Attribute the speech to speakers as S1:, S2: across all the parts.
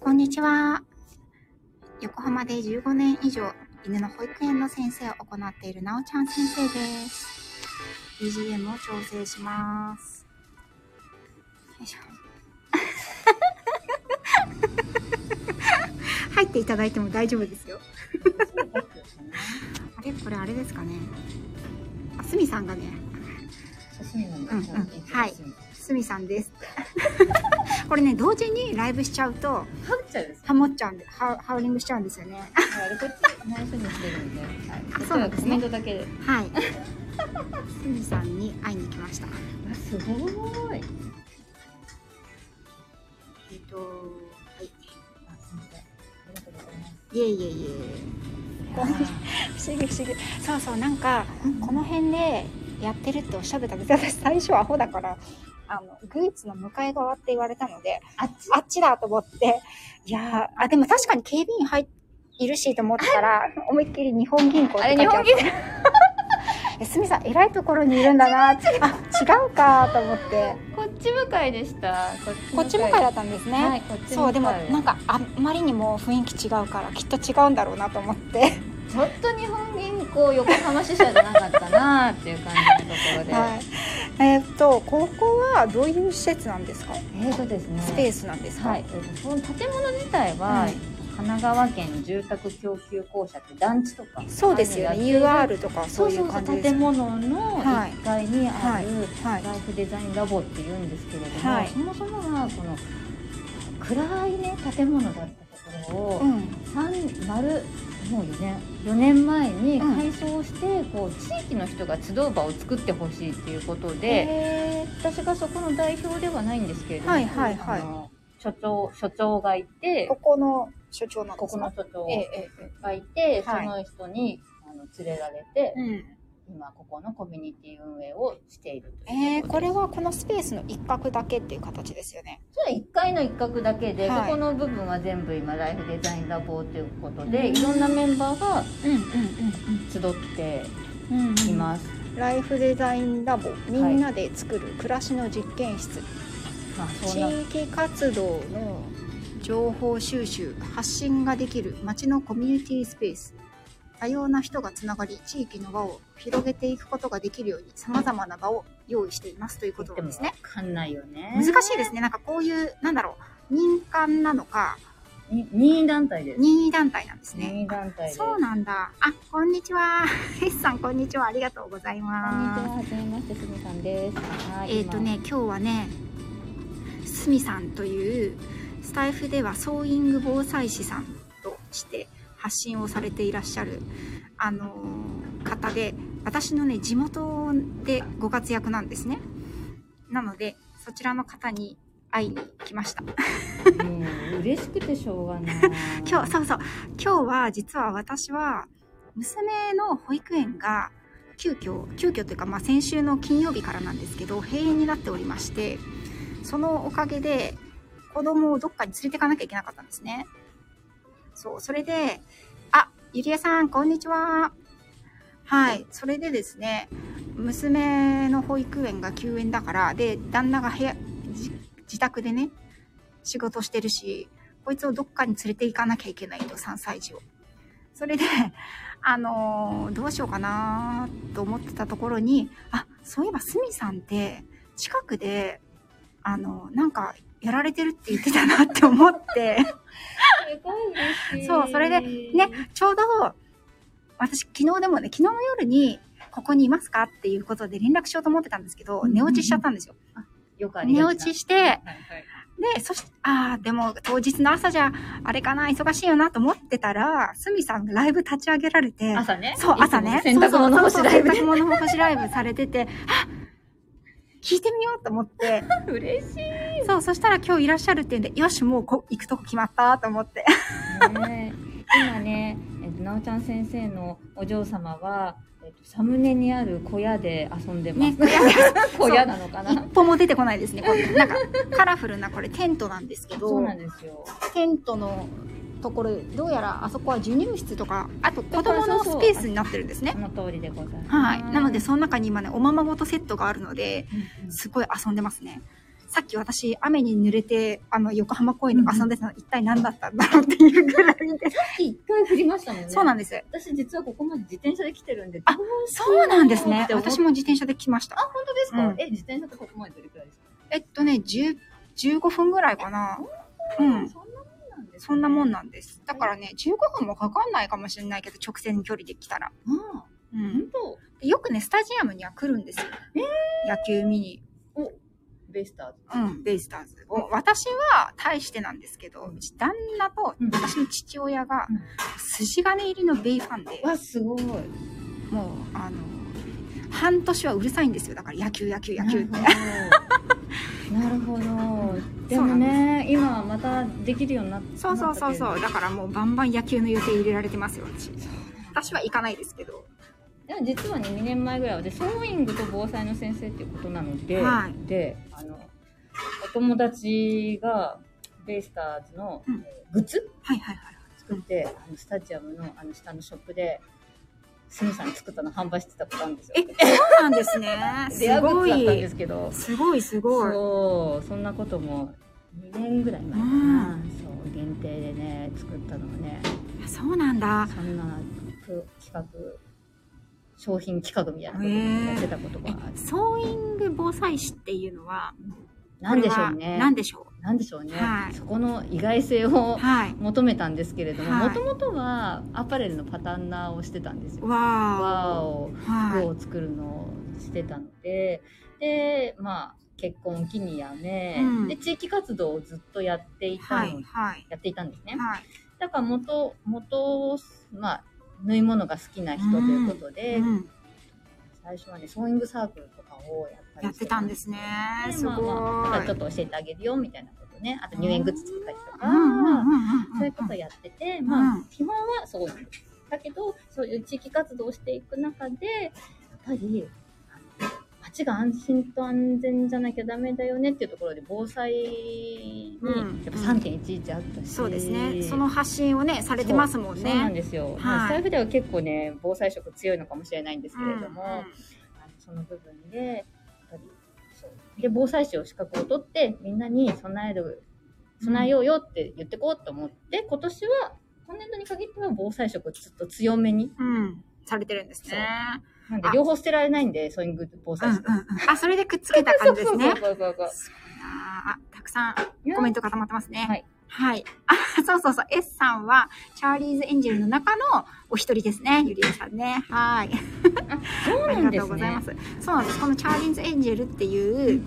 S1: こんにちは。横浜で15年以上犬の保育園の先生を行っているなおちゃん先生です。BGM を調整します。よいしょ。 入っていただいても大丈夫ですよ。あれこれあれですかね。あすみさんがね、うんうんはいすみさんです って。これね、同時にライブしちゃうと、
S2: ハウチャです。
S1: ハモっちゃうんで、ハウハウリングしちゃうんですよね。
S2: あれこっち内緒にしてるんで。はい
S1: あそうなんですね
S2: コメントだけで。
S1: はい。すみさんに会いに来ました。
S2: あすごーい。
S1: えっ、と、はい。
S2: あすみません。ありがとうございま
S1: いえいえい
S2: す。
S1: え。不思議不思議。そうそう、なんか、この辺でやってるっておっしゃってたけど、私最初アホだから、あの、グーツの向かい側って言われたので、
S2: あっち
S1: あっちだと思って、いやー、あ、でも確かに警備員入いるしと思ったら、思いっきり日本銀行って書いてあ
S2: あれ日
S1: 銀
S2: 本
S1: 行すみさん、偉いところにいるんだなって。あ、違うかと思 って。
S2: こっち向かいでした。
S1: こっち向かいだったんですね。
S2: はいこっち向かい。
S1: そうでもなんかあまりにも雰囲気違うからきっと違うんだろうなと思って、
S2: ちょっと日本銀行横浜支社じゃなかったなーっていう感じのところで。
S1: はい、えーっとここはどういう施設なんですか、
S2: えっとですね。
S1: スペースなんですか、
S2: はい。えーとこの建物自体は。
S1: うん
S2: 神奈川県住宅供給公社って団地とか
S1: そうですよね
S2: ああいうのやってる
S1: UR とかそういう感じです
S2: 建物の
S1: はい
S2: 1階にある、
S1: はい
S2: ライフデザインラボっていうんですけれども、
S1: はい
S2: そもそもがこの暗いね建物だったところを、
S1: うん
S2: 三丸もう4年4年前に改装して、こう地域の人が集う場を作ってほしいっていうことで、
S1: え
S2: 私がそこの代表ではないんですけれども、
S1: はいはいはい
S2: あの所長所長がい
S1: ー
S2: て
S1: ここの所長なんで
S2: こ
S1: す
S2: こ
S1: か
S2: の所長
S1: ええええ
S2: がいて、
S1: はい
S2: その人にあの連れられて、
S1: うん
S2: 今ここのコミュニティ運営をしているという
S1: え
S2: と
S1: ー、
S2: こ
S1: こ
S2: ろです
S1: れはこのスペースの一角だけっていう形ですよね。
S2: それは1階の一角だけで、
S1: はい
S2: ここの部分は全部今ライフデザインラボということで、
S1: うん
S2: いろんなメンバーが
S1: うんうん
S2: 集って
S1: うんうん
S2: います、
S1: ライフデザインラボみんなで作る暮らしの実験室
S2: まあそんな
S1: 地域活動の情報収集発信ができる町のコミュニティスペース多様な人がつながり地域の輪を広げていくことができるようにさまざまな場を用意していますというこ
S2: こと
S1: と
S2: で
S1: なん
S2: も
S1: ですね
S2: 分かんないよね
S1: 難しいですねなんかこういうなんだろう民間なのか
S2: に任意団体です
S1: 任意団体なんです
S2: 任意
S1: ね
S2: 団体です
S1: そうなんだあこんにちは ヘスさんこんにちはありがとうござい
S2: こんにちは
S1: ます
S2: はじめましてすみさんですはい
S1: えっ、とね今日はねすみさんというスタイフではソーイング防災士さんとして発信をされていらっしゃる、あのー方で私のね地元でご活躍なんですねなのでそちらの方に会いに来ました
S2: 今もう嬉しくてしょうが ない
S1: 今日そうそう今日は実は私は娘の保育園が急遽急遽というか、まあ、先週の金曜日からなんですけど閉園になっておりましてそのおかげで子供をどっかに連れてかなきゃいけなかったんですねそうそれであゆりえさんこんにちははいそれでですね娘の保育園が休園だからで旦那が部屋じ自宅でね仕事してるしこいつをどっかに連れて行かなきゃいけないと、3歳児を。それで、 あのーどうしようかなと思ってたところに、あ、そういえばすみさんって、近くで、あのーなんか、やられてるって言ってたなって思って、
S2: すごい嬉しい
S1: そうそれでね、ちょうど、私昨日でもね、昨日の夜に、ここにいますかっていうことで連絡しようと思ってたんですけど、
S2: うんうんうん
S1: 寝落ちしちゃったんですよ。
S2: よくあり
S1: 寝
S2: がちな
S1: 落ちして、
S2: はいはい
S1: で、そし、ああ、でも当日の朝じゃ、あれかな、忙しいよなと思ってたら、すみさんがライブ立ち上げられて、
S2: 朝ね
S1: そう、朝ね。
S2: いつも洗濯物干
S1: そ
S2: し
S1: うそう
S2: ラ
S1: そ
S2: イ
S1: う
S2: ブ
S1: 洗濯物干しライブされてて、あ聞いてみようと思って、
S2: で嬉しい
S1: そう、そしたら今日いらっしゃるっていうんで、よし、もうこ行くとこ決まったと思っ て。
S2: ねえ、今ね、えっと、なおちゃん先生のお嬢様は、えっと、サムネにある小屋で遊んでます。
S1: ね、いやいや
S2: 小屋なのか
S1: 一
S2: な
S1: 歩も出てこないですね、これ。なんか、カラフルなこれテントなんですけ
S2: そう
S1: ど
S2: な、んですよ。
S1: テントのところ、どうやらあそこは授乳室とか、あと子供
S2: そう
S1: の
S2: そうそ
S1: ス
S2: う
S1: ペースになってるんですね
S2: そ。の通りでございます。
S1: はい。なので、その中に今ね、おままごとセットがあるので、
S2: うんうん
S1: すごい遊んでますね。さっき私、雨に濡れて、あの、横浜公園で遊んでたの、一体何だったんだろうっていうぐらいで。
S2: 一回降りましたもんね。
S1: そうなんです。
S2: 私実はここまで自転車で来てるんで。
S1: あ
S2: どうしよ
S1: そうなんですね
S2: っ。て思っ
S1: 私も自転車で来まし
S2: あ、
S1: た。
S2: 本当ですか、
S1: うん
S2: え、自転車ってここまでどれくらいですか
S1: えっとね、10 15分ぐらいかな。うん。
S2: そんなもんなんです、
S1: そんなもんなんんです。だからね、15分もかかんないかもしれないけど、直線距離で来たら。
S2: あ
S1: う
S2: あ、
S1: ん
S2: 本。当
S1: でよくね、スタジアムには来るんですよ。野球見に。
S2: お、ベイスターズ。
S1: うん、ベイスターズ。お私は、大してなんですけど、うち旦那と
S2: うん
S1: 私の父親が
S2: うん、
S1: 筋金入りのベイファンで、
S2: わ、すごい。
S1: もう、あの、半年はうるさいんですよ。だから野球、野球、野球って。
S2: なるほど。なるほど。で
S1: そう
S2: も
S1: なんで
S2: ね、今はまたできるようになった。
S1: そうそうそうそ
S2: な
S1: う。
S2: った
S1: だからもうバンバン野球の予定入れられてますよ、私。私は行かないですけど。
S2: けどでも実はね、2年前ぐらいはで、ソーイングと防災の先生っていうことなので、
S1: はい
S2: で、あの、お友達が、ベイスターズの、
S1: うん
S2: えーグッズ
S1: はいはいはい。
S2: 作って、あのスタジアムのあの下のショップで、スミさん作ったの販売してたことあるんですよ。
S1: え、そうなんです ね。
S2: レア
S1: す
S2: グッ
S1: ご
S2: ズだったんで
S1: い。
S2: すけど。
S1: すごい、すごい。
S2: そう、そんなことも2年ぐらい前か
S1: う
S2: な。そう、限定でね、作ったのがね、
S1: いやそうなんだ。
S2: そんなく企画、商品企画みたいなこともやってたことが
S1: え
S2: ある。
S1: ソーイング防災士っていうのは、
S2: なんでしょうね。
S1: なんでしょ
S2: なんでしょうね
S1: は。い
S2: そこの意外性
S1: う。
S2: を
S1: はい。
S2: 求めたんですけれども、
S1: はい
S2: もともとはアパレルのパタンナーをしてたんですよ。
S1: わ
S2: わーを
S1: ー。は
S2: 服
S1: い。
S2: を作るのをしてたので、でまあ結婚を機にやめ、
S1: うん
S2: で地域活動をずっとやっていた
S1: は
S2: の、
S1: い。はい。
S2: やっていたんですね、
S1: はい。
S2: だから元元をまあ縫い物が好きな人ということで、
S1: うん
S2: 最初はねソーイングサークルとかをやったり
S1: やってたんですね。すごい。
S2: まあまあ、ちょっと教えてあげるよみたいなことねあと入園グッズ作ったりとか、そういうことやってて、ま
S1: う
S2: あ、基本はそうなんです。だけど、そういう地域活動をしていく中で、やっぱり、あの街が安心と安全じゃなきゃダメだよねっていうところで、防災に、
S1: うん
S2: やっぱ3.11あったし、
S1: そうですね。その発信をね、されてますもん
S2: そうなん
S1: ね。
S2: ですよ。
S1: い
S2: まあそういう意味では結構ね、防災色強いのかもしれないんですけれども、
S1: うんうん
S2: あのその部分で、やっぱり、そう。で、防災士を資格を取って、みんなに備える、備えようよって言ってこうと思って、今年は、今年度に限っては防災色をちょっと強めに。
S1: うん。されてるんですね。
S2: なんで
S1: あ、
S2: 両方捨てられないんで、ソーイングと防
S1: うん
S2: 災
S1: うん
S2: 士
S1: うん
S2: と。。
S1: あ、それでくっつけた感じですね。
S2: そうそうそうそ
S1: あーあたくさん
S2: う。
S1: コメン
S2: ン
S1: ト固まってますね。
S2: はい。
S1: はい。あ、そうそうそう。S さんは、チャーリーズエンジェルの中のお一人ですね。ゆりえさんね。はい。
S2: そう
S1: あ
S2: な
S1: り
S2: ん
S1: が
S2: で
S1: と
S2: す
S1: う
S2: ね。
S1: ございます。そうなんです。このチャーリーズエンジェルっていう、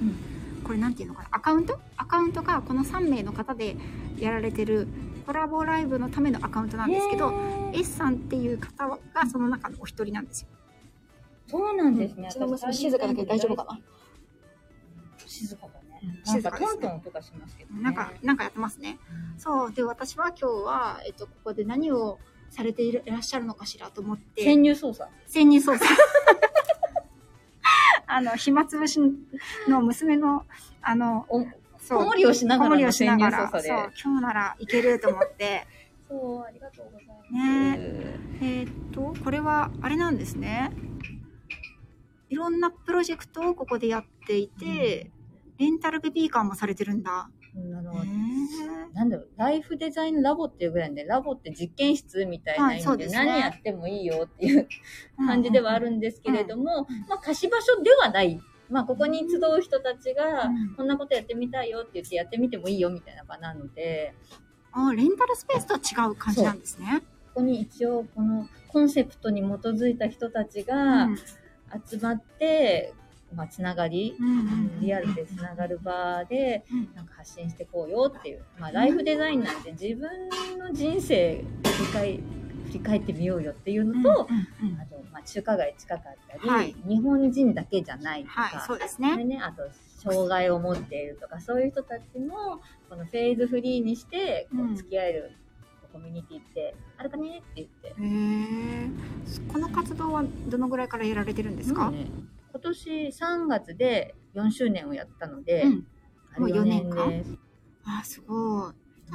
S1: これなんていうのかな、アカウントアカウントがこの3名の方でやられてるコラボライブのためのアカウントなんですけど、
S2: へー
S1: S さんっていう方がその中のお一人なんですよ。
S2: そうなんですね。
S1: な
S2: 静かだね
S1: うん。
S2: なん
S1: 静
S2: か
S1: かで
S2: ト
S1: す
S2: ン
S1: ね
S2: トンとかしますけどね。
S1: なんか、なんかやってますね。そう。で、私は今日は、えっと、ここで何をされていらっしゃるのかしらと思って。
S2: 潜入捜査。
S1: 潜入捜査。 あの、暇つぶしの娘の、あの、
S2: お
S1: そ
S2: 子守をしなが
S1: 子
S2: ら
S1: 守
S2: の
S1: をし
S2: 潜
S1: な
S2: 入
S1: が
S2: 捜
S1: ら、そ
S2: 査
S1: う
S2: で。、
S1: 今日ならいけると思って。
S2: そう、ありがとうございます。
S1: ねえーっと、これは、あれなんですね。いろんなプロジェクトをここでやっていて、レンタルベビーカーもされてるんだ。
S2: あの
S1: へー
S2: なんだろう、ライフデザインラボっていうぐらいで、ラボって実験室みたい
S1: は
S2: ない意
S1: そう
S2: 味
S1: で
S2: です
S1: ね
S2: 何やってもいいよっていう感じではあるんですけれども
S1: うんうんうん、
S2: まあ貸し場所ではない。まあここに集う人たちが
S1: うん、
S2: こんなことやってみたいよって言ってやってみてもいいよみたいな場なので、
S1: あ、レンタルスペースとは違う感じなんですね。
S2: ここに一応このコンセプトに基づいた人たちが
S1: うん
S2: 集まって、まあつながり、
S1: うん
S2: リアルでつながる場で、
S1: うん
S2: なんか発信してこうよっていう、まあ、ライフデザインなんて自分の人生振り返振り返ってみようよっていうのと、
S1: うんうんうん
S2: あと、まあ、中華街近かったり、
S1: はい
S2: 日本人だけじゃないとか、
S1: はい、そうです
S2: そ
S1: ね。
S2: れね、あと障害を持っているとかそういう人たちもこのフェーズフリーにしてこ
S1: うん
S2: う付き合えるコミュニティってあるかねって言って。
S1: へえ。この活動はどのぐらいからやられてるんですか？
S2: ね今年3月で4周年をやったので、
S1: うん
S2: あれ
S1: もう4年間
S2: です。
S1: あ、すごい。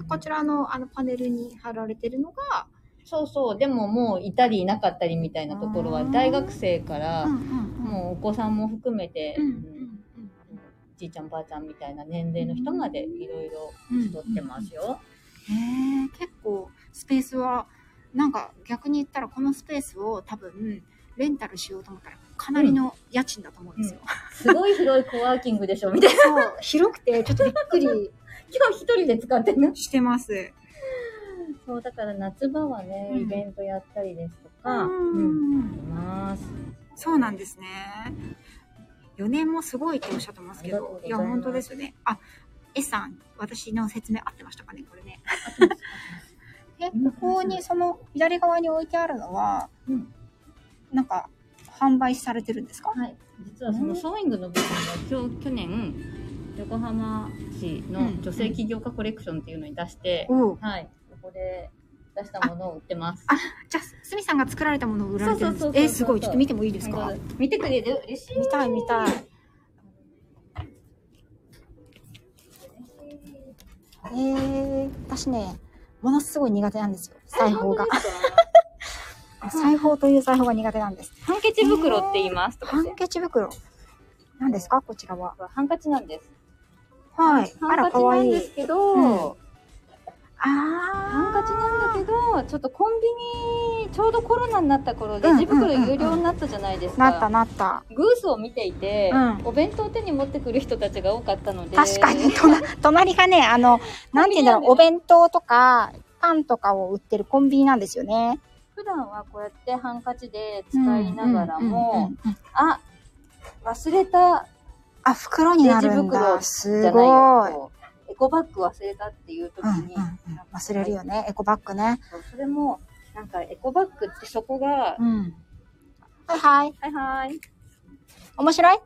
S1: こちらのあのパネルに貼られてるのが、
S2: そうそう、でももういたりいなかったりみたいなところ
S1: あ
S2: は、
S1: ー
S2: 大学生から、
S1: んうん
S2: もうお子さんも含めて、
S1: うんう
S2: うん
S1: ん
S2: じいちゃんばあちゃんみたいな年齢の人までいろいろ集ってますよ。
S1: へえ結構スペースはなんか逆に言ったらこのスペースを多分レンタルしようと思ったらかなりの家賃だと思うんですよ。
S2: すごい広いコワーキングでしょみたいな。
S1: そう広くてちょっとびっくり
S2: 今日一人で使ってんの。
S1: してます。
S2: そう、だから夏場はね、
S1: うん
S2: イベントやったりですと
S1: う
S2: か、うん、
S1: ん
S2: います。
S1: そうなんですね。4年もすごいっておっしゃってますけ
S2: ありがとう
S1: ど
S2: ご、ざ
S1: い
S2: いま
S1: や
S2: す
S1: 本当ですよね。あ、S さん、私の説明合ってましたかねこれね。え、ここにその左側に置いてあるのは、
S2: うん
S1: なんか販売されてるんですか？
S2: はい、実はそのソーイングの部分は、きょ去年、横浜市の女性起業家コレクションっていうのに出して、
S1: おお。
S2: はい、ここで出したものを売ってます。
S1: じゃあすみさんが作られたものを売られてるんです
S2: そうそうそうそう
S1: えすごいちょっと見てもいいですか
S2: 本当だ見てくれて嬉しい。
S1: 見たい見たいえー、私ねものすごい苦手なんですよ裁縫が
S2: 本当ですか。
S1: 裁縫という裁縫が苦手なんです
S2: ハンケチ袋って言いますとか
S1: ハ
S2: って
S1: ンケチ袋なんですかこちらは
S2: ハンカチなんです。
S1: はい
S2: ハ
S1: あ
S2: ン
S1: ら
S2: カチ
S1: かわ
S2: なん
S1: い
S2: で
S1: い
S2: すけど、
S1: うん
S2: ハン
S1: あ
S2: カチなんだけど、ちょっとコンビニ、ちょうどコロナになった頃で、
S1: うん
S2: ジジ袋有料になったじゃないです
S1: ー
S2: か。
S1: なったなった
S2: グースを見ていて、
S1: うん
S2: お弁当を手に持ってくる人たちが多かったので。
S1: 確かにとな隣がねあのなんて言うんだろうお弁当とかパンとかを売ってるコンビニなんですよね
S2: 普段はこうやってハンカチで使いながらも、
S1: うんうんうんうん
S2: あ、忘れた
S1: あ、袋になるんだ。
S2: レ
S1: す
S2: じゃない
S1: ごい。
S2: よ。エコバッグ忘れたっていう時
S1: うんうん
S2: に、
S1: うん、忘れるよね、エコバッグね。
S2: そうそれも、なんかエコバッグってそこが、
S1: うん。はいはい。
S2: はいはい。
S1: 面白い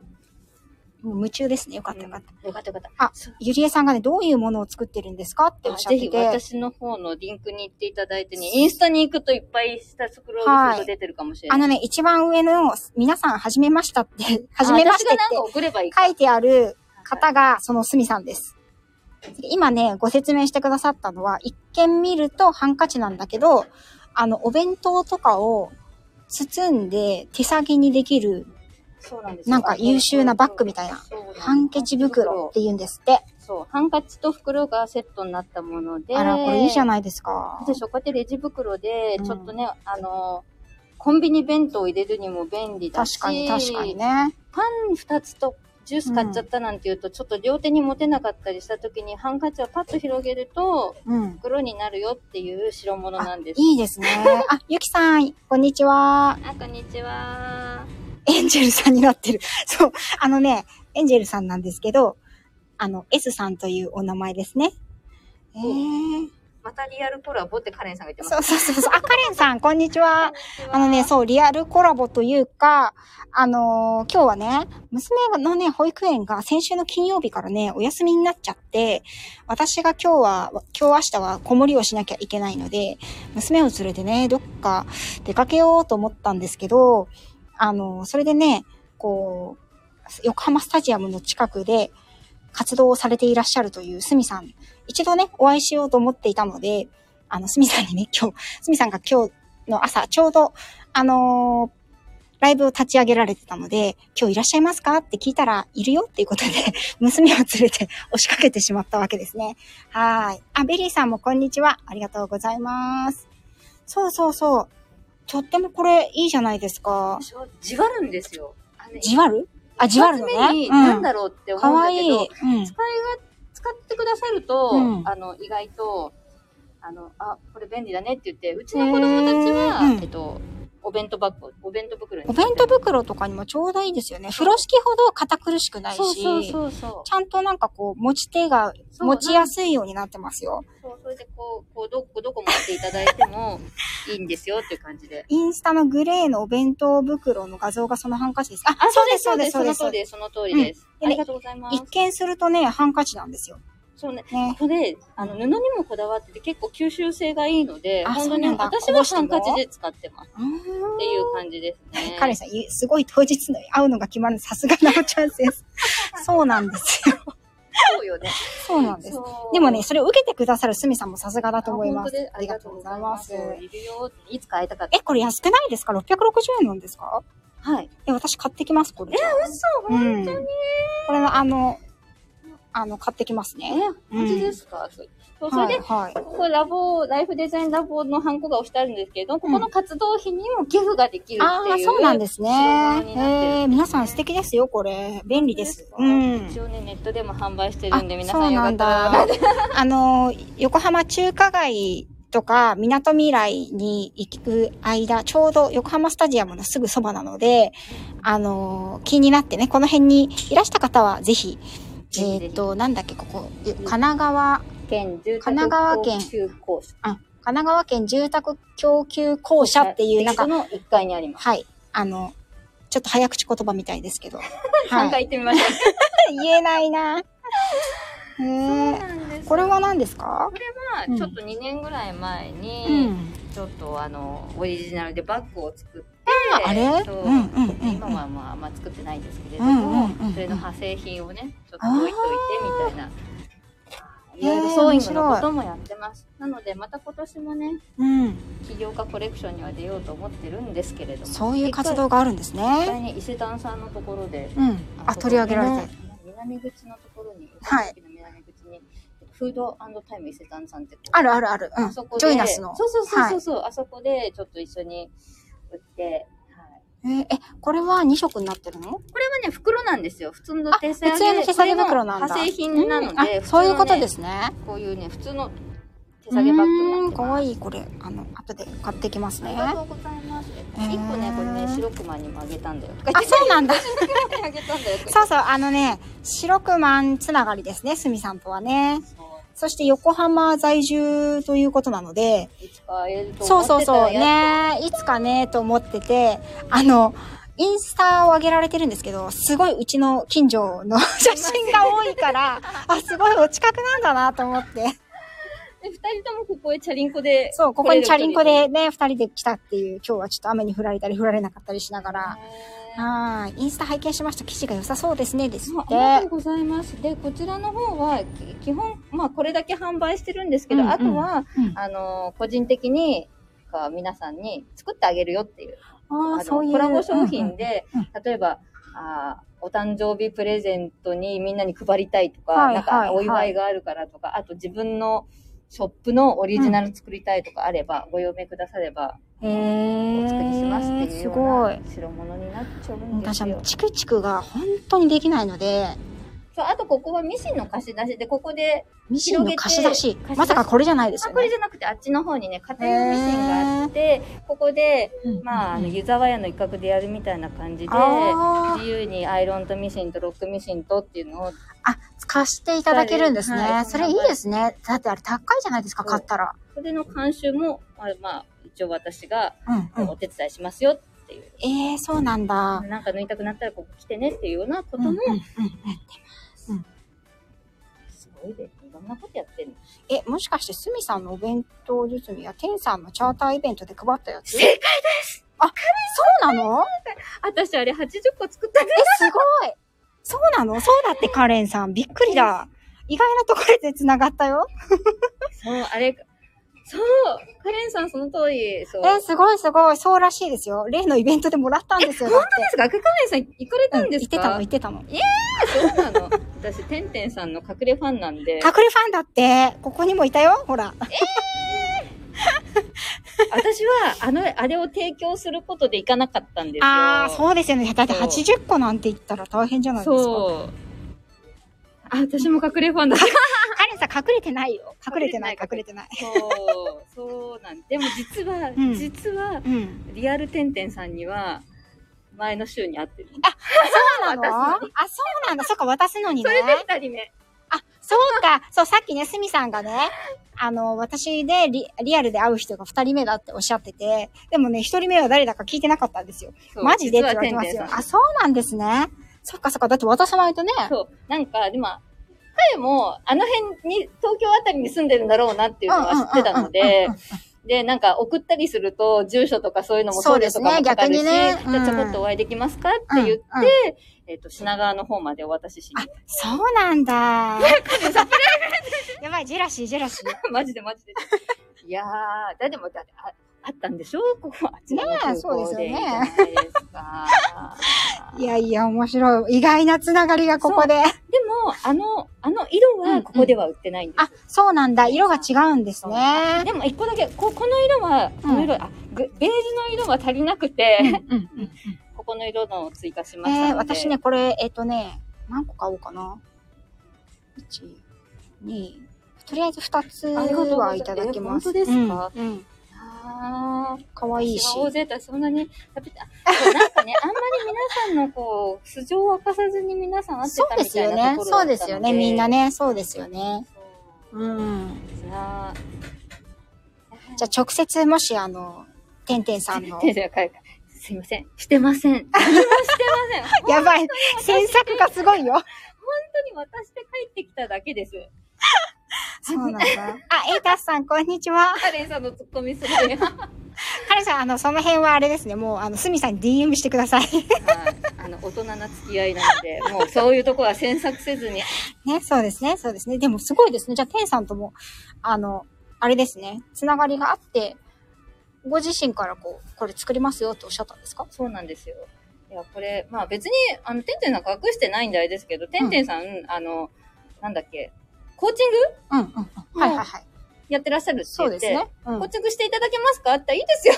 S1: もう夢中ですね。よかったよかった。
S2: よかったよかった。
S1: あゆりえさんがね、どういうものを作ってるんですかっておっしゃっ
S2: ぜ
S1: て
S2: ひ
S1: て。
S2: 私の方のリンクに行っていただいてね、インスタに行くといっぱい下スクロールすると出てるかもしれな
S1: あ
S2: い。
S1: のね、一番上の、皆さん、はじめましたって、はじめまし
S2: 私
S1: て
S2: が
S1: っ
S2: なん
S1: て
S2: か送ればいいか。
S1: 書いてある方が、そのすみさんです。今ね、ご説明してくださったのは、一見見るとハンカチなんだけど、あの、お弁当とかを包んで手先にできる
S2: そうなんですよ
S1: なんか優秀なバッグみたいな。
S2: そうなんです
S1: ハンケチ袋って言うんですって。
S2: そう。ハンカチと袋がセットになったもので。
S1: あら、これいいじゃ
S2: な
S1: な
S2: い
S1: いですか。
S2: でしょ、こうやってレジ袋で
S1: う、ん
S2: ちょっとね、あの、コンビニ弁当を入れるにも便利だし。
S1: 確かに確かに。ね。
S2: パン2つとジュース買っちゃったなんていうと、ちょっと両手に持てなかったりした時に、ハンカチをパッと広げると、
S1: うん。
S2: 袋になるよっていう代物なんです。
S1: いい ですね。あ、ゆきさん、こんにちは。
S2: あ、こんにちは。
S1: エンジェルさんになってる。 そう。あのね、エンジェルさんなんですけど、あの、S さんというお名前ですね。えー、
S2: またリアルコラボってカレンさんが言ってます。
S1: そうそうそうそう。あ、カレンさん、こんにちは。あのね、
S2: う。
S1: そう、リアルコラボというか、あのー今日はね、娘のね、保育園が先週の金曜日からね、お休みになっちゃって、私が今日は、今日明日は子守りをしなきゃいけないので、娘を連れてね、どっか出かけようと思ったんですけど、あのーそれでね、こう、横浜スタジアムの近くで活動をされていらっしゃるというすみさん、一度ね、お会いしようと思っていたので、あの、すみさんにね、今日、すみさんが今日の朝、ちょうど、あのーライブを立ち上げられてたので、今日いらっしゃいますかって聞いたら、いるよっていうことで、 娘を連れて押しかけてしまったわけですね。はーい。あ、ベリーさんもこんにちは。ありがとうございます。そうそうそう。とってもこれいいじゃないですか。
S2: そうじわるんですよ。あの
S1: じわるあ、じわるの
S2: 一発目
S1: ね。
S2: に、
S1: うん
S2: なんだろうって思
S1: か
S2: うんだ
S1: わ
S2: け
S1: い
S2: ど、
S1: い。うん。
S2: 使いが、使ってくださると、
S1: うん
S2: あの、意外と、あの、あ、これ便利だねって言って、うちの子供たちは、
S1: へーうん
S2: えっと、お弁当バッグ、お弁当袋に
S1: お
S2: 入れ
S1: 弁
S2: て。
S1: 当袋とかにもちょうどいいですよね。風呂敷ほど堅苦しくないし、
S2: そうそうそうそう。
S1: ちゃんとなんかこう、持ち手が
S2: そう
S1: 持ちやすいようになってますよ。
S2: そう、それでこう、こう、どこ、どこ持っていただいてもいいんですよっていう感じで。
S1: インスタのグレーのお弁当袋の画像がそのハンカチです。あ、そうです、そうです、そうです。
S2: その通りです、その通りです。
S1: うん
S2: ありがとうございます
S1: 一。見するとね、ハンカチなんですよ。
S2: そうね。
S1: ね。
S2: これ、あの、布にもこだわってて結構吸収性がいいので、
S1: あ
S2: 本
S1: そ
S2: 当
S1: う
S2: に
S1: なんだ
S2: 私はハンカチで使ってます
S1: うーん
S2: っていう感じですね。
S1: カレンさん、ゆすごい当日の会うのが決まる。さすがなおちゃん です。そうなんですよ。
S2: そうよね。
S1: そうなんです。
S2: そう
S1: でもね、、それを受けてくださるすみさんもさすがだ
S2: あ
S1: と思いま。
S2: 本当です
S1: ありがとうございます。
S2: いるよ。いつか会いたかった。
S1: え、これ安くないですか ?660 円なんですか
S2: はい。
S1: え、私買ってきます、これ。え、
S2: 嘘、
S1: うん。これのあの、あの、買ってきますね。
S2: マジですか、そうそうそ
S1: は
S2: れで、
S1: い、はい。
S2: ここラボ、ライフデザインラボのハンコが押してあるんですけれども、ここの活動費にも寄付ができる
S1: あ
S2: って
S1: あ、
S2: いう。
S1: そうなんですね。へ
S2: 商品になってるんですね
S1: え、皆さん素敵ですよ、これ。便利です。
S2: 本
S1: う
S2: 当
S1: ん
S2: ですか。一応ね、ネットでも販売して
S1: あ、
S2: るんで、皆さんよかったら。
S1: そうなんだ。 あの、横浜中華街とか、港未来に行く間、ちょうど横浜スタジアムのすぐそばなので、あの、気になってね、この辺にいらした方は、ぜひ、
S2: ぜひ
S1: え
S2: ぜ
S1: っ
S2: ひ
S1: と、なんだっけ、ここ、え神奈川、
S2: 県住宅
S1: 神奈川県
S2: 高級公社
S1: 神奈川県住宅供給公社っていう、なんか、
S2: の1階にあります。
S1: はい、あの、ちょっと早口言葉みたいですけど。は
S2: 3
S1: い、
S2: 階行ってみましょう。
S1: 言えないな。へえ。
S2: なんです
S1: これは何ですかうん
S2: ちょっと2年ぐらい前に、
S1: うん。
S2: ちょっとあの、オリジナルでバッグを作って、
S1: ああれ
S2: えっと
S1: うんうんうんうん
S2: 今はまあ、あんま作ってないんですけれど
S1: うんう
S2: も、
S1: んうんうん
S2: それの派生品をね、ちょっと置いといてみたいな。い
S1: ー
S2: ろいろソーイングのこともやってます。なので、また今年もね、
S1: うん。
S2: 起業家コレクションには出ようと思ってるんですけれども。
S1: そういう活動があるんです
S2: 一回
S1: ね。
S2: ね、伊勢丹さんのところで、
S1: うん。あ、
S2: そこ
S1: 取り上げられて
S2: ね。南口のところに、
S1: はい
S2: 岡崎の南口に、フードタイム伊勢丹さんってとこ
S1: あるあるある。うん。
S2: あ
S1: ジ
S2: そこで
S1: ョイナスの。
S2: そうそうそうそうそう、あそこでちょっと一緒に売って、はい。
S1: えーえ、これは2色になってるの
S2: これはね、袋なんですよ。普通の
S1: あ、
S2: 手
S1: 普
S2: 製揚げ
S1: 通の手下げ袋なんだ。
S2: これの派生品なので、。
S1: うんあそういうことですすね。
S2: こういうね、普通の手
S1: う
S2: 提げバッグにな
S1: ー
S2: っ
S1: ん、
S2: て
S1: か
S2: ま
S1: わ
S2: す。
S1: いい、これ。あの、後で買ってきます
S2: あ
S1: ね
S2: り。がとうございます。
S1: えー
S2: 一個ね、これね、白熊にもあげたんだよ。とか
S1: あ、そうなんだ。
S2: 言ってあげたんだよ。
S1: そうそう、あのね、白くまんつながりですね、すみさんとはね。
S2: そう
S1: そして横浜在住ということなので、
S2: いつか会えると
S1: そ
S2: 思
S1: う
S2: って
S1: そう
S2: たら
S1: そう、
S2: やっ
S1: ね、いつかね、と思ってて、あの、インスタを上げられてるんですけど、すごいうちの近所の写真が多いから、 あ、すごいお近くなんだなと思って。
S2: で二人ともここへチャリンコで。
S1: そう、ここにチャリンコでね、二人で来たっていう、今日はちょっと雨に降られたり降られなかったりしながら。
S2: へー
S1: はい、インスタ拝見しました。記事が良さそうですね、ですっ
S2: ああり
S1: て
S2: がとう。ございます。で、こちらの方は、き基本、まあ、これだけ販売してるんですけど、
S1: うんうん
S2: あとは、
S1: うん
S2: あの、個人的に、か皆さんに作ってあげるよっていう、
S1: あ
S2: のコラボ商品。で、
S1: うんうん
S2: 例えば、あーお誕生日プレゼントにみんなに配りたいとか、
S1: はい
S2: なんか
S1: はい
S2: お祝いがあるからとか、あと自分のショップのオリジナル作りたいとかあれば、ご用命くだされば、
S1: へ
S2: お作りしますって
S1: え、
S2: いう
S1: す
S2: よう
S1: ご。
S2: ない代物になっちゃうんです
S1: 私は
S2: よ。
S1: チクチクが本当にできないので、
S2: そうあとここはミシンの貸し出しで、ここで
S1: ミシンの貸し出し
S2: 広げて。
S1: まさかこれじゃないです
S2: あ
S1: よ
S2: これ
S1: ね。
S2: じゃなくてあっちの方にね家庭用ミシンがあってここで、まあ、あの湯沢屋の一角でやるみたいな感じで
S1: あー
S2: 自由にアイロンとミシンとロックミシンとっていうのを
S1: あ、貸していただけるんですね。
S2: はい
S1: それいいですね。だってあれ高いじゃないですか、
S2: そう
S1: 買ったら。
S2: それの監修も、まあまあ、一応私が
S1: うん、うん。
S2: お手伝いしますよっていう、
S1: ええそうなんだ。
S2: なんか縫いたくなったらここ来てねっていうようなこ
S1: う
S2: と
S1: ん、
S2: も、
S1: うん、うん。
S2: すごいでいろんなことやってるの
S1: え、もしかして、すみさんのお弁当包みや、てんさんのチャーターイベントで配ったやつ
S2: 正解
S1: そうなの
S2: 私あれ80個作った
S1: え、
S2: ん
S1: すごいそうなのそうだって、カレンさん。びっくりだ。意外なところで繋がったよ。
S2: そうあれそうカレンさんその通りそう
S1: え、すごいすごい。そうらしいですよ。例のイベントでもらったんですよ。だっ
S2: ですかカレンさん行かれ
S1: て
S2: たんですか、
S1: うん言ってたの、言ってたの。
S2: そうなの。私、てんてんさんの隠れファンなんで、
S1: 隠れファンだって、ここにもいたよ、ほら。
S2: 私は、あの、あれを提供することで行かなかったんですよ。
S1: ああ、そうですよね。だって
S2: そう
S1: 80個なんて言ったら大変じゃないですか。
S2: そう。あ、私も隠れファンだ。そう。
S1: カレンさん隠れてないよ。隠れてない、隠
S2: 隠
S1: れ
S2: れ
S1: てない。
S2: そうなんでも実は、
S1: うん
S2: 実は、
S1: うん。
S2: リアルてんてんさんには、前の週に会ってる。
S1: そうなのあ、そうなんだ。そっか、渡すのに
S2: そ
S1: ね。
S2: れで二人目。
S1: あ、そうか。そう、さっきね、すみさんがね、あの、私でリリアルで会う人が2人目だっておっしゃってて、でもね、1人目は誰だか聞いてなかったんですよ。
S2: そう
S1: マジでって言われて
S2: 実は
S1: ま
S2: てん
S1: す
S2: てん
S1: よ。
S2: さん
S1: あ、そうなんですね。そっかそっか。だって渡さないとね。
S2: そう。なんか、でも、彼も、あの辺に、東京あたりに住んでるんだろうなっていうのは知ってたので、で、なんか送ったりすると、住所とかそういうのも
S1: そう
S2: 送
S1: で
S2: 料
S1: す
S2: と
S1: ね
S2: かもかかる
S1: 逆
S2: し、
S1: にね
S2: じゃあちょこっとお会いできますかって言って、
S1: うんうん
S2: えっ、と、品川の方までお渡ししに
S1: あ。、そうなんだ。やばい、ジェラシー、ジェラシー。
S2: マジでマジで。いやー、だでもだってあ、あったんでしょここ、あちらの
S1: ねえ
S2: 空
S1: そうです
S2: 港
S1: よ
S2: で。
S1: ね
S2: いいじゃないですか
S1: いやいや、面白い。意外なつながりがここで。
S2: であの、あの色はここでは売ってないんですよ
S1: あ、そうなんだ。色が違うんですね。
S2: でも一個だけ、ここの色は、この色、あ、グベージュの色は足りなくて、
S1: うんうん
S2: ここの色のを追加しましたので。
S1: えー、私ね、これ、えっ、とね、何個買おうかな。1、2、とりあえず2つ
S2: ありがとうござ
S1: はい
S2: ます
S1: いただきます。
S2: え本当ですか
S1: うん。うん
S2: あー、
S1: かわいいし。
S2: 大勢そんなに食べて、あ、そうなん かね、あんまり皆さんのこう、素性を明かさずに皆さん会って
S1: そ
S2: た
S1: うで
S2: み
S1: す
S2: た
S1: よ
S2: いな
S1: ね
S2: と。ころだ
S1: そ
S2: ったので。
S1: うですよね。みんな
S2: ね。
S1: ね。そうですよね。うん。
S2: じゃあ、
S1: じゃあ直接、もし、あの、てんてんさんの。
S2: 先生が書いたすいません。して ません。何もしてません。
S1: やばい。詮索がすごいよ。
S2: 本当に渡して帰ってきただけです。
S1: そうなんだ。あ、エイタスさん、こんにちは。
S2: カレンさんのツッコミする ね。
S1: カレンさん、あの、その辺はあれですね。もう、あの、スミさんに DM してください。
S2: はいあの、大人な付き合いなので、もうそういうとこは詮索せずに、
S1: ね、そうですね、そうですね。でもすごいですね。じゃあ、テンさんとも、あの、あれですね、つながりがあって、ご自身からこう、これ作りますよっておっしゃったんですか
S2: そうなんですよ。いや、これ、まあ別に、あの、てんてんさん隠してないんであれですけど、てんてんさん、あの、なんだっけ、コーチング
S1: うんうんうん。はいはいはい。
S2: やってらっしゃるって
S1: そ
S2: 言
S1: う
S2: って、
S1: ですね。うん
S2: コーチングしていただけますかあったらいいですよ。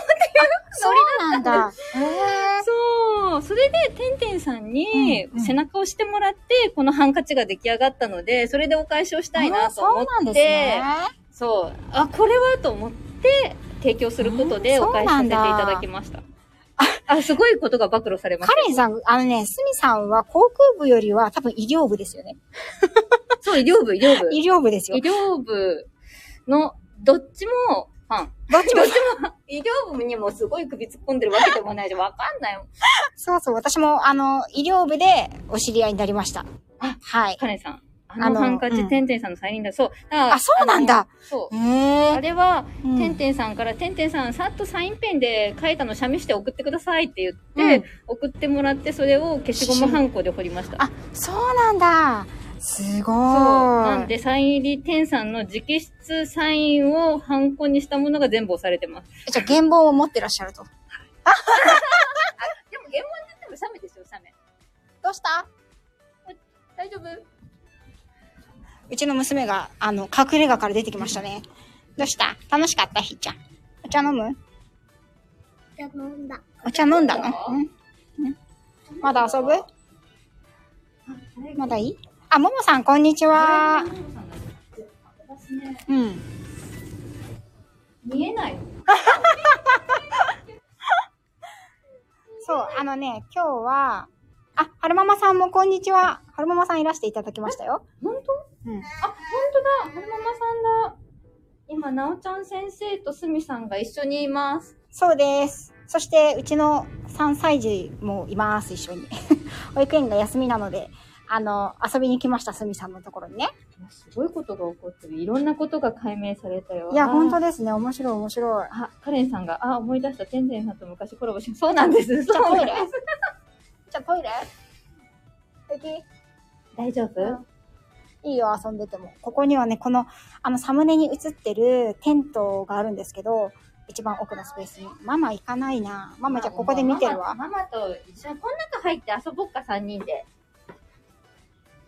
S1: そうなんだ。へ え。
S2: そう。それで、てんてんさんに
S1: うんうん
S2: 背中を押してもらって、このハンカチが出来上がったので、それでお返しをしたいなと
S1: あーそ
S2: 思
S1: う
S2: っ
S1: なんです
S2: て
S1: ね。、
S2: そう,、あ、これはと思って、提供することで
S1: うん
S2: お返しさせていただきました。あ、すごいことが暴露されまし
S1: カ
S2: た。
S1: レンさん、あのね、スミさんは航空部よりは多分医療部ですよね。
S2: そう、医療部、医療部。
S1: 医療部ですよ
S2: 医。療部の、どっちもファン。
S1: どっちも。
S2: 医療部にもすごい首突っ込んでるわけでもないし、わかんないもん。
S1: そうそう、私もあの、医療部でお知り合いになりました
S2: あ。
S1: はい。
S2: カレンさん。あ
S1: あ
S2: の
S1: の
S2: ハンカチ、
S1: うん
S2: てんてんさんのサインだ。そう。だから
S1: あ、そうなん。
S2: あ
S1: だ。
S2: のそう。
S1: へ
S2: あ
S1: え。
S2: れは、
S1: うん
S2: てんてんさんから、てんてんさん、さっとサインペンで書いたの、写メして送ってくださいって言って、送ってもらって、それを消しゴムハンコで彫りました。
S1: あ、そうなんだ。すごい。
S2: そう。なんで、サイン入り、てんさんの直筆サインをハンコにしたものが全部押されてます。
S1: じゃあ、原本を持ってらっしゃると。
S2: でも、原本で言ってもサメですよ、サメ。
S1: どうした
S2: 大丈夫
S1: うちの娘が、あの、隠れ家から出てきましたね。どうした楽しかったひーちゃん。お茶飲むお茶飲んだのんまだ遊ぶまだいいあ、ももさん、こんにちは。
S2: 私ね、
S1: うん。
S2: 見えない。
S1: そう、あのね、今日は、あ、はるままさんもこんにちは。はるままさんいらしていただきましたよ。
S2: 本当
S1: うん。
S2: あ、本当だ。はるままさんだ。今、なおちゃん先生とすみさんが一緒にいます。
S1: そうです。そして、うちの3歳児もいます、一緒に。 保育園が休みなので、あの、遊びに来ました、すみさんのところにね。
S2: すごいことが起こってる。いろんなことが解明されたよ。
S1: いや、
S2: あー
S1: 本当ですね。面白い、面白い。
S2: あ、カレンさんが、あ、思い出した。てんてんさんと昔コラボしそうなんで す。
S1: じゃあ、
S2: そ
S1: ト
S2: うな
S1: イ
S2: ん
S1: レ
S2: です。
S1: じゃあ、トイレ素敵
S2: 大丈夫
S1: いいよ、遊んでても。ここにはね、この、あの、サムネに映ってるテントがあるんですけど、一番奥のスペースに。ママ行かないな。ママじゃあここで見てるわ。
S2: ママママと一緒にこの中入って遊ぼっか、3人で。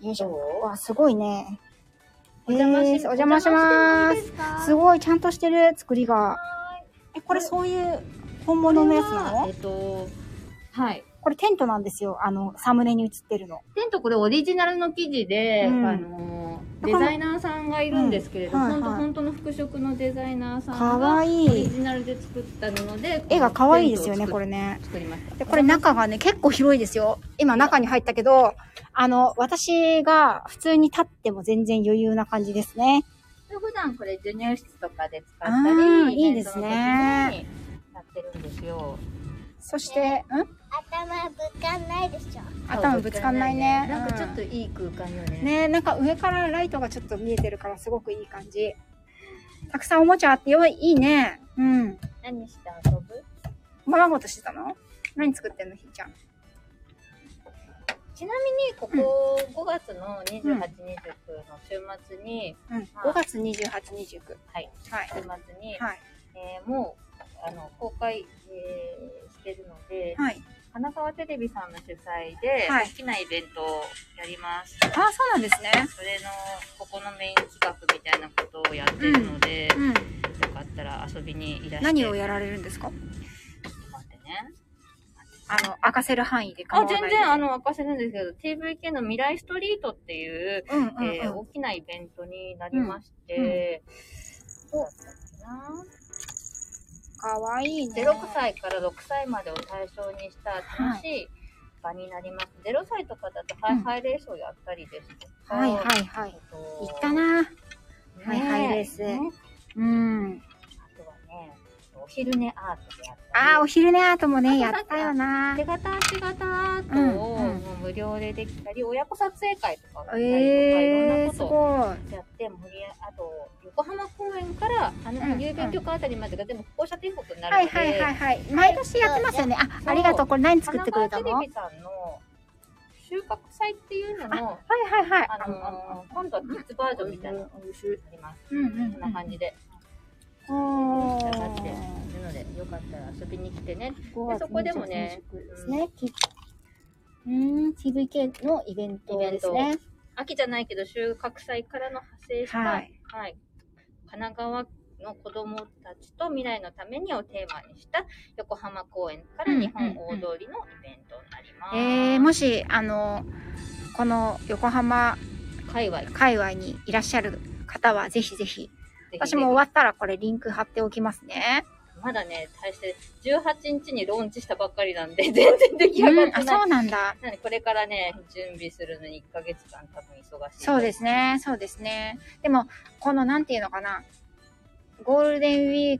S1: よいしょ。わ、すごいね。
S2: お邪魔し,、
S1: えーお邪魔しま
S2: お邪魔してもいい
S1: す。
S2: ですか。
S1: すごい、ちゃんとしてる、作りが。え、これそういう本物のやつなの
S2: えっと、はい。
S1: これテントなんですよ。あの、サムネに映ってるの。
S2: テントこれオリジナルの生地で、
S1: うん
S2: あの
S1: なかな
S2: デザイナーさんがいるんですけれど、
S1: うんはいは
S2: 本
S1: い
S2: 当本当の服飾のデザイナーさ
S1: か
S2: ん
S1: わ
S2: が
S1: い
S2: オリ
S1: い。
S2: ジナルで作った布で
S1: 絵がかわいいですよね、
S2: テント
S1: こ
S2: を作っ
S1: れね。
S2: 作りました。
S1: で、これ中がね、結構広いですよ。今中に入ったけど、あの、私が普通に立っても全然余裕な感じですね。
S2: 普段これ授乳室とかで使った
S1: あー
S2: り、
S1: いいですね
S2: イベントの時にやってるんですよ。
S1: そして、ん
S3: 頭ぶかんないでしょ
S1: 頭ぶつかんないね。
S2: なんかちょっと
S1: う
S2: いい空間よね。
S1: んね、なんか上からライトがちょっと見えてるからすごくいい感じ。たくさんおもちゃあってよい、いいね。うん。
S3: 何して遊ぶ
S1: おままごとしてたの何作ってんのひーちゃん。
S2: ちなみにここ5月の28、29の週末に、
S1: うん。5月28、29。
S2: はい、
S1: はい。
S2: 週末に、
S1: はい。
S2: えーもうあの公開、えーしてるので、
S1: はい。
S2: 神奈川テレビさんの主催で、
S1: はい
S2: 大きなイベントをやります。
S1: ああ、そうなんですね。
S2: それの、ここのメイン企画みたいなことをやってるので、
S1: うん。
S2: よかったら遊びにいらして。
S1: 何をやられるんですか
S2: 待ってね。
S1: あの、明かせる範囲で構わ
S2: あ、
S1: ない
S2: 全然、あの、明かせるんですけど、TVK の未来ストリートっていう、
S1: うんうん、うん
S2: えー大きなイベントになりまして、どうだったかな
S1: かわいいね。
S2: 0歳から6歳までを対象にした楽しい場になります。0歳とかだとハイハイレースをやったりですとか、
S1: はいはいはい。
S2: あと
S1: 行ったな。
S2: ね
S1: ハイハイレース
S2: ね
S1: うん。
S2: あとはね、お昼寝アートでやったり
S1: ああ、お昼寝アートもね、や
S2: あとさ
S1: ったよな。
S2: 手形足形アートを
S1: うんうん
S2: もう無料でできたり、親子撮影会とかをやったりとか、いろん
S1: え
S2: な
S1: ー、
S2: こ
S1: す
S2: とを
S1: ごい。
S2: やって盛りああと横浜公園からあの
S1: うん
S2: 郵便局あたりまでが全部歩行者天国にな
S1: は
S2: る
S1: い
S2: ので、
S1: はいはいはい。毎年やってますよね。あ、ありがとう。これ何作ってくれたの
S2: 神
S1: はい
S2: 奈川テレビさんの収穫祭っていうのの
S1: はいはい。
S2: あのー今度はキッズバージョンみたいなのがあります。
S1: うんうん
S2: こんな感じで。
S1: うん。おー
S2: なのでよかったら遊びに来てね。
S4: で
S2: そこでもね。
S4: ですね。きうーん、TVK のイベントです
S2: イベ
S4: ね。
S2: 秋じゃないけど収穫祭からの派生した、
S1: は
S2: はいい神奈川の子どもたちと未来のためにをテーマにした横浜公園から日本大通りのイベントになります。
S1: えー、もし、あの、この横浜
S2: 界隈ぜ
S1: 界隈にいらっしゃる方は、ぜひぜひ。
S2: ひ
S1: 私も終わったらこれリンク貼っておきますね。
S2: まだね、大して18日にローンチしたばっかりなんで、全然出来上が
S1: う
S2: っ
S1: ん、あ、
S2: てない。
S1: そうなんだ。
S2: なので、これからね、準備するのに1ヶ月間多分忙しい。
S1: そうです。ね、そうですね。でも、この、なんていうのかな。ゴールデンウィー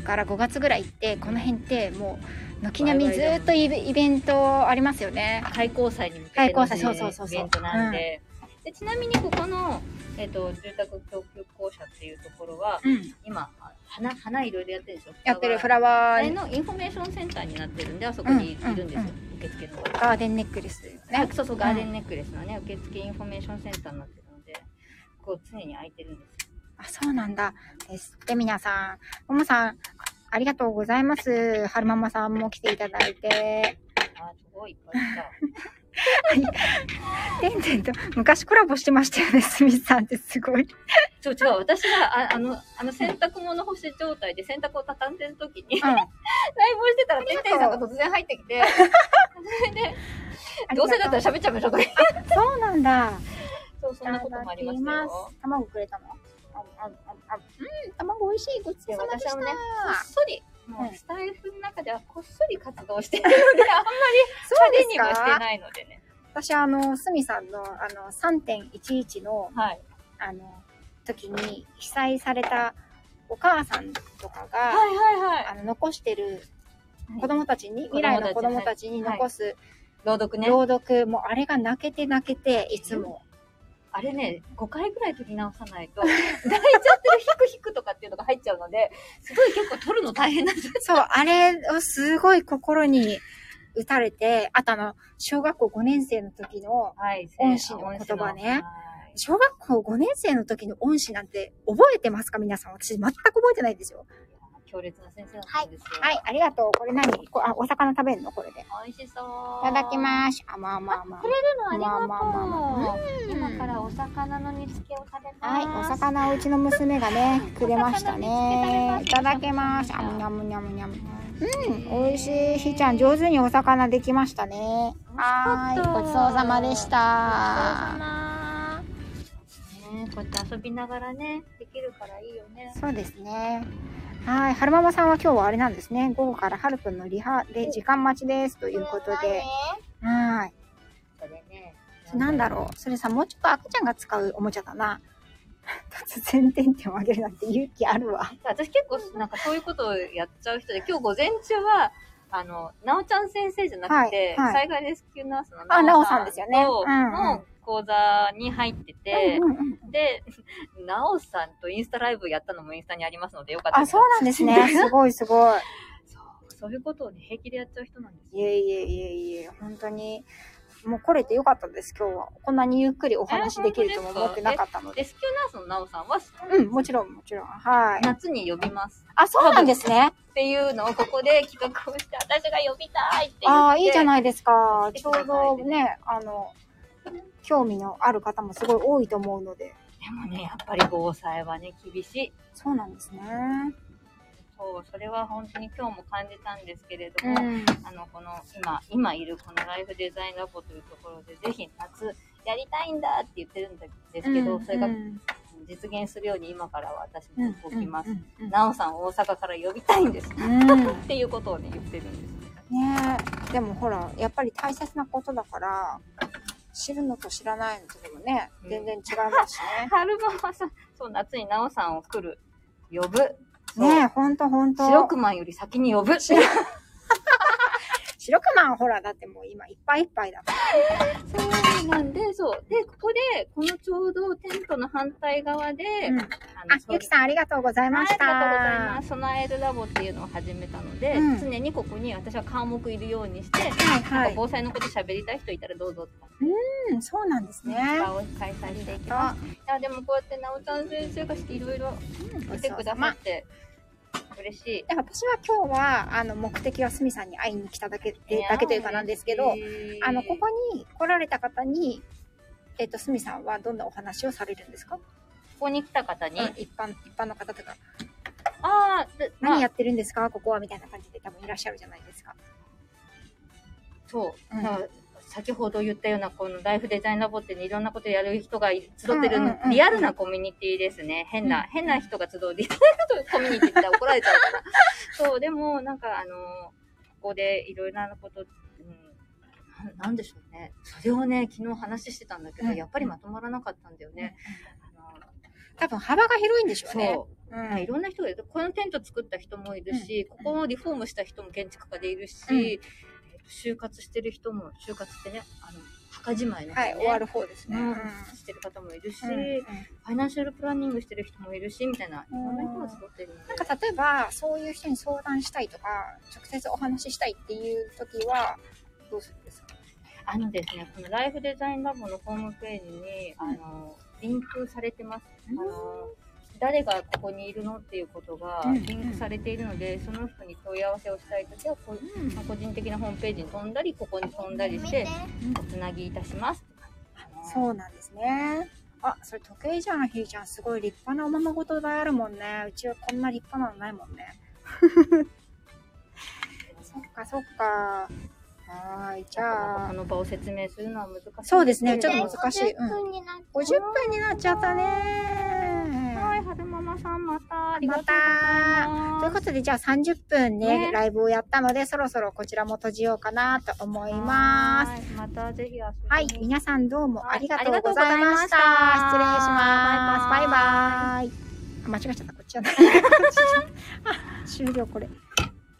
S1: クから5月ぐらいって、この辺ってもう、軒並みずーっとイベイベントありますよね。
S2: 開校祭に向けての、
S1: 開校祭そうそうそうそう
S2: イベントなんで。でちなみにここの、えっと住宅供給公社っていうところは
S1: うん。
S2: 今あ花花いろいろやってるでしょ
S1: やってるフ
S2: ワ
S1: ラワ
S2: ーあ
S1: ー
S2: れのインフォメーションセンターになってるんであそこにい
S1: うん
S2: るんですよ、
S1: うん
S2: 受付
S1: ガ
S2: の
S1: ーデンネックレスですね
S2: あ。そうそうガーデンネックレスのね、受付インフォメーションセンターになってるのでこう常に空いてるんですよ
S1: あ、そうなんだ。です。で、皆さん、ももさん、ありがとうございます。はるままさんも来ていただいて。
S2: あすごいいっぱい来た
S1: てんてんと、昔コラボしてましたよね、すみさんってすごい。
S2: そう違う、私がああのあの洗濯物干し状態で洗濯を畳んでる時に、
S1: う ん。
S2: ライブをしてたら、てんてんさんが突然入ってき て、それで、どうせだったら喋っちゃいましょうとか。
S1: そうなんだ。
S2: そう、そんなこともありましたよ。
S4: 卵くれたのあああうん、卵美味しい。ごちそう
S2: で
S4: さまでし
S2: 私
S4: た。
S2: もねこっそり、も
S4: う
S2: うんスタイフの中ではこっそり活動してるので、あ んまり
S1: で
S2: 派手
S1: す
S2: に
S1: か
S2: はしてないのでね。
S1: 私、あの、すみさんの、あの、3.11の、
S2: はい。
S1: あの、時に被災されたお母さんとかが、
S2: はいはいはい。
S1: あの、残してる
S2: はい
S1: 子供たちに、
S2: 子供た
S1: 未来の
S2: ち
S1: 子供たちに残す
S2: 朗読ね。
S1: 朗読、もうあれが泣けて泣けて、いつも。
S2: あれね、5回ぐらい取り直さないと、 泣いちゃってるヒクヒクとかっていうのが入っちゃうので、すごい結構取るの大変なんですよ。
S1: そう、あれをすごい心に打たれて、あとあの、小学校5年生の時の、
S2: はい、
S1: 恩師の言葉ね
S2: はい
S1: 小学校5年生の時の恩師なんて覚えてますか皆さん。私全く覚えてないんですよ。
S2: 強烈な先生だったんですよ。
S1: はい、ありがとう。これ何こあ、お魚食べるのこれで。い
S2: 美味しそう。
S1: ただきます。あ、まあまあまあ。
S2: ありがとう。
S1: まあまあ
S2: 今からお魚の煮付けを食べま
S1: はい、
S2: す。
S1: お魚をうちの娘が ね、くれましたね。いただきます。あむにゃむにゃむにゃむ。うん、美味しい。ひーちゃん、上手にお魚できましたね。はーい、ごちそうさまでし
S2: お
S1: た。
S2: 魚。ねこうやって遊びながらね、できるからいいよね。
S1: そうですね。はい、はるままさんは今日はあれなんですね。午後からはるくんのリハで時間待ちですということで。はい。
S2: これね。
S1: なんだろう。それさ、もうちょっと赤ちゃんが使うおもちゃだな。 突然点々をあげるなんて勇気あるわ。
S2: 私結構なんかそういうことをやっちゃう人で、今日午前中は、あの、なおちゃん先生じゃなくて、
S1: はいはい
S2: 災害レスキューナースの
S1: あ
S2: な
S1: な
S2: お
S1: おさんですよね
S2: と
S1: うんうん
S2: の講座に入ってて、
S1: うんうんうん
S2: で、 なおさんとインスタライブやったのもインスタにありますので、よかった
S1: あ、
S2: ら
S1: そうなんですね。すごいすごい。
S2: そうそういうことをね、平気でやっちゃう人なんです
S1: い
S2: よ。
S1: えいえいえいえ、本当に。もう来れてよかったです、今日は。こんなにゆっくりお話できるとも思ってなかったので。
S2: レスキューナースのなおさんは
S1: うん、もちろん、もちろん。はい。
S2: 夏に呼びます
S1: あ、そうなんですね。
S2: っていうのをここで企画をして私が呼びたいって言って
S1: ああ、いいじゃないですか。
S2: 来て
S1: ち
S2: く
S1: ょ
S2: ださいう
S1: どね、あの、興味のある方もすごい多いと思うので。
S2: でもねやっぱり防災はね厳しい
S1: そうなんですね。
S2: そうそれは本当に今日も感じたんですけれど
S1: う
S2: も、
S1: ん。
S2: あのこの今今いるこのライフデザインラボというところでぜひ夏やりたいんだって言ってるんですけど、それが
S1: うん
S2: 実現するように今からは私も動きます。。
S1: うん
S2: なおさん大阪から呼びたいんですっ
S1: うんうんうん
S2: ていうことをね言ってるんです。
S1: ねえでもほらやっぱり大切なことだから知るのと知らないのとでもね
S2: うん
S1: 全然違いますしね。
S2: 春馬はさんそう夏になおさんを来る呼ぶそう
S1: ねえほんとほんと。
S2: 白熊より先に呼ぶそう
S1: 白くまんほらだってもう今いっぱいいっぱいだから。
S2: なんでそうでここでこのちょうどテントの反対側で、
S1: うん
S2: あ
S1: あ
S2: そう
S1: ゆきさんありがとうございました。
S2: はい、ありがとうございます。ソナエルラボっていうのを始めたので、
S1: うん
S2: 常にここに私は科目いるようにして、
S1: はい
S2: な
S1: は
S2: んか
S1: い。
S2: 防災のこと喋りたい人いたらどうぞとか、
S1: うんそうなんですね。
S2: 場を開催していきます。いやでもこうやってなおちゃん先生がしていろいろ
S1: うん
S2: 来てくださって嬉しい。
S1: で私は今日はあの目的はすみさんに会いに来ただけでだけというかなんですけど、あのここに来られた方にえっとすみさんはどんなお話をされるんですか？
S2: ここに来た方に、
S1: うん一般一般の方とか
S2: あーでまあ
S1: 何やってるんですかここはみたいな感じで多分いらっしゃるじゃないですか。
S2: そう、
S1: うん
S2: だから先ほど言ったようなこのライフデザインラボってねいろんなことやる人が集って
S1: う
S2: る
S1: んうんうんうん
S2: リアルなコミュニティですね変な、
S1: うん
S2: 変な人が集うリアルなコミュニティって言ったら怒られちゃう からそうでもなんかあのここでいろいろなこと、うん、ななんでしょうねそれをね昨日話してたんだけど、
S1: うん
S2: やっぱりまとまらなかったんだよね、あの
S1: 多分幅が広いんでしょうね。
S2: そ
S1: う
S2: うまあい
S1: ん。
S2: ろんな人がいる。このテント作った人もいるし、ここをリフォームした人も現地家でいるし、
S1: うん
S2: えー就活してる人も、就活ってね、あの、墓じまいの、ね
S1: はい終わる方ですね。
S2: うん
S1: うん
S2: してる方もいるし、
S1: うんうん
S2: ファイナンシャルプランニングしてる人もいるし、みたいな、いろんな人が集ってるので。
S1: なんか例えばそういう人に相談したいとか直接お話ししたいっていう時はどうするんですか？
S2: あのですね、このライフデザインラボのホームページに、あの、リンクされてます。
S1: うん
S2: あの、誰がここにいるのっていうことが
S1: うん
S2: リンクされているので、その人に問い合わせをしたいときは、こうまあ個人的なホームページに飛んだり、ここに飛んだり
S3: 見
S2: してて、おつなぎいたします。う。
S1: そうなんですね。あ、それ時計じゃん、ひーちゃん。すごい立派なおままごとであるもんね。うちはこんな立派なのないも んね。そっか、そっか。はーい、じゃ
S2: こ
S1: あ。
S2: の場を説明するのは難しい。
S1: そうですね
S3: で
S1: ちょっと難しいうん
S3: 50分になっ
S1: 50分になっちゃった
S2: は
S1: ね
S2: い、。はるままさん、また、ありがと
S1: ま
S2: うござい
S1: た
S2: ます。
S1: ということで、じゃあ30分ね、
S2: ね
S1: ライブをやったので、そろそろこちらも閉じようかなと思います。
S2: す。また、ぜひ遊びに来てくださ
S1: はい、皆さんどうも
S2: は
S1: あ
S2: い
S1: りがとうございました。失礼し
S2: ありがとうございま
S1: ま
S2: し た
S1: す。バイバイ。あ間違えちゃった、こっちじゃない。終了これ。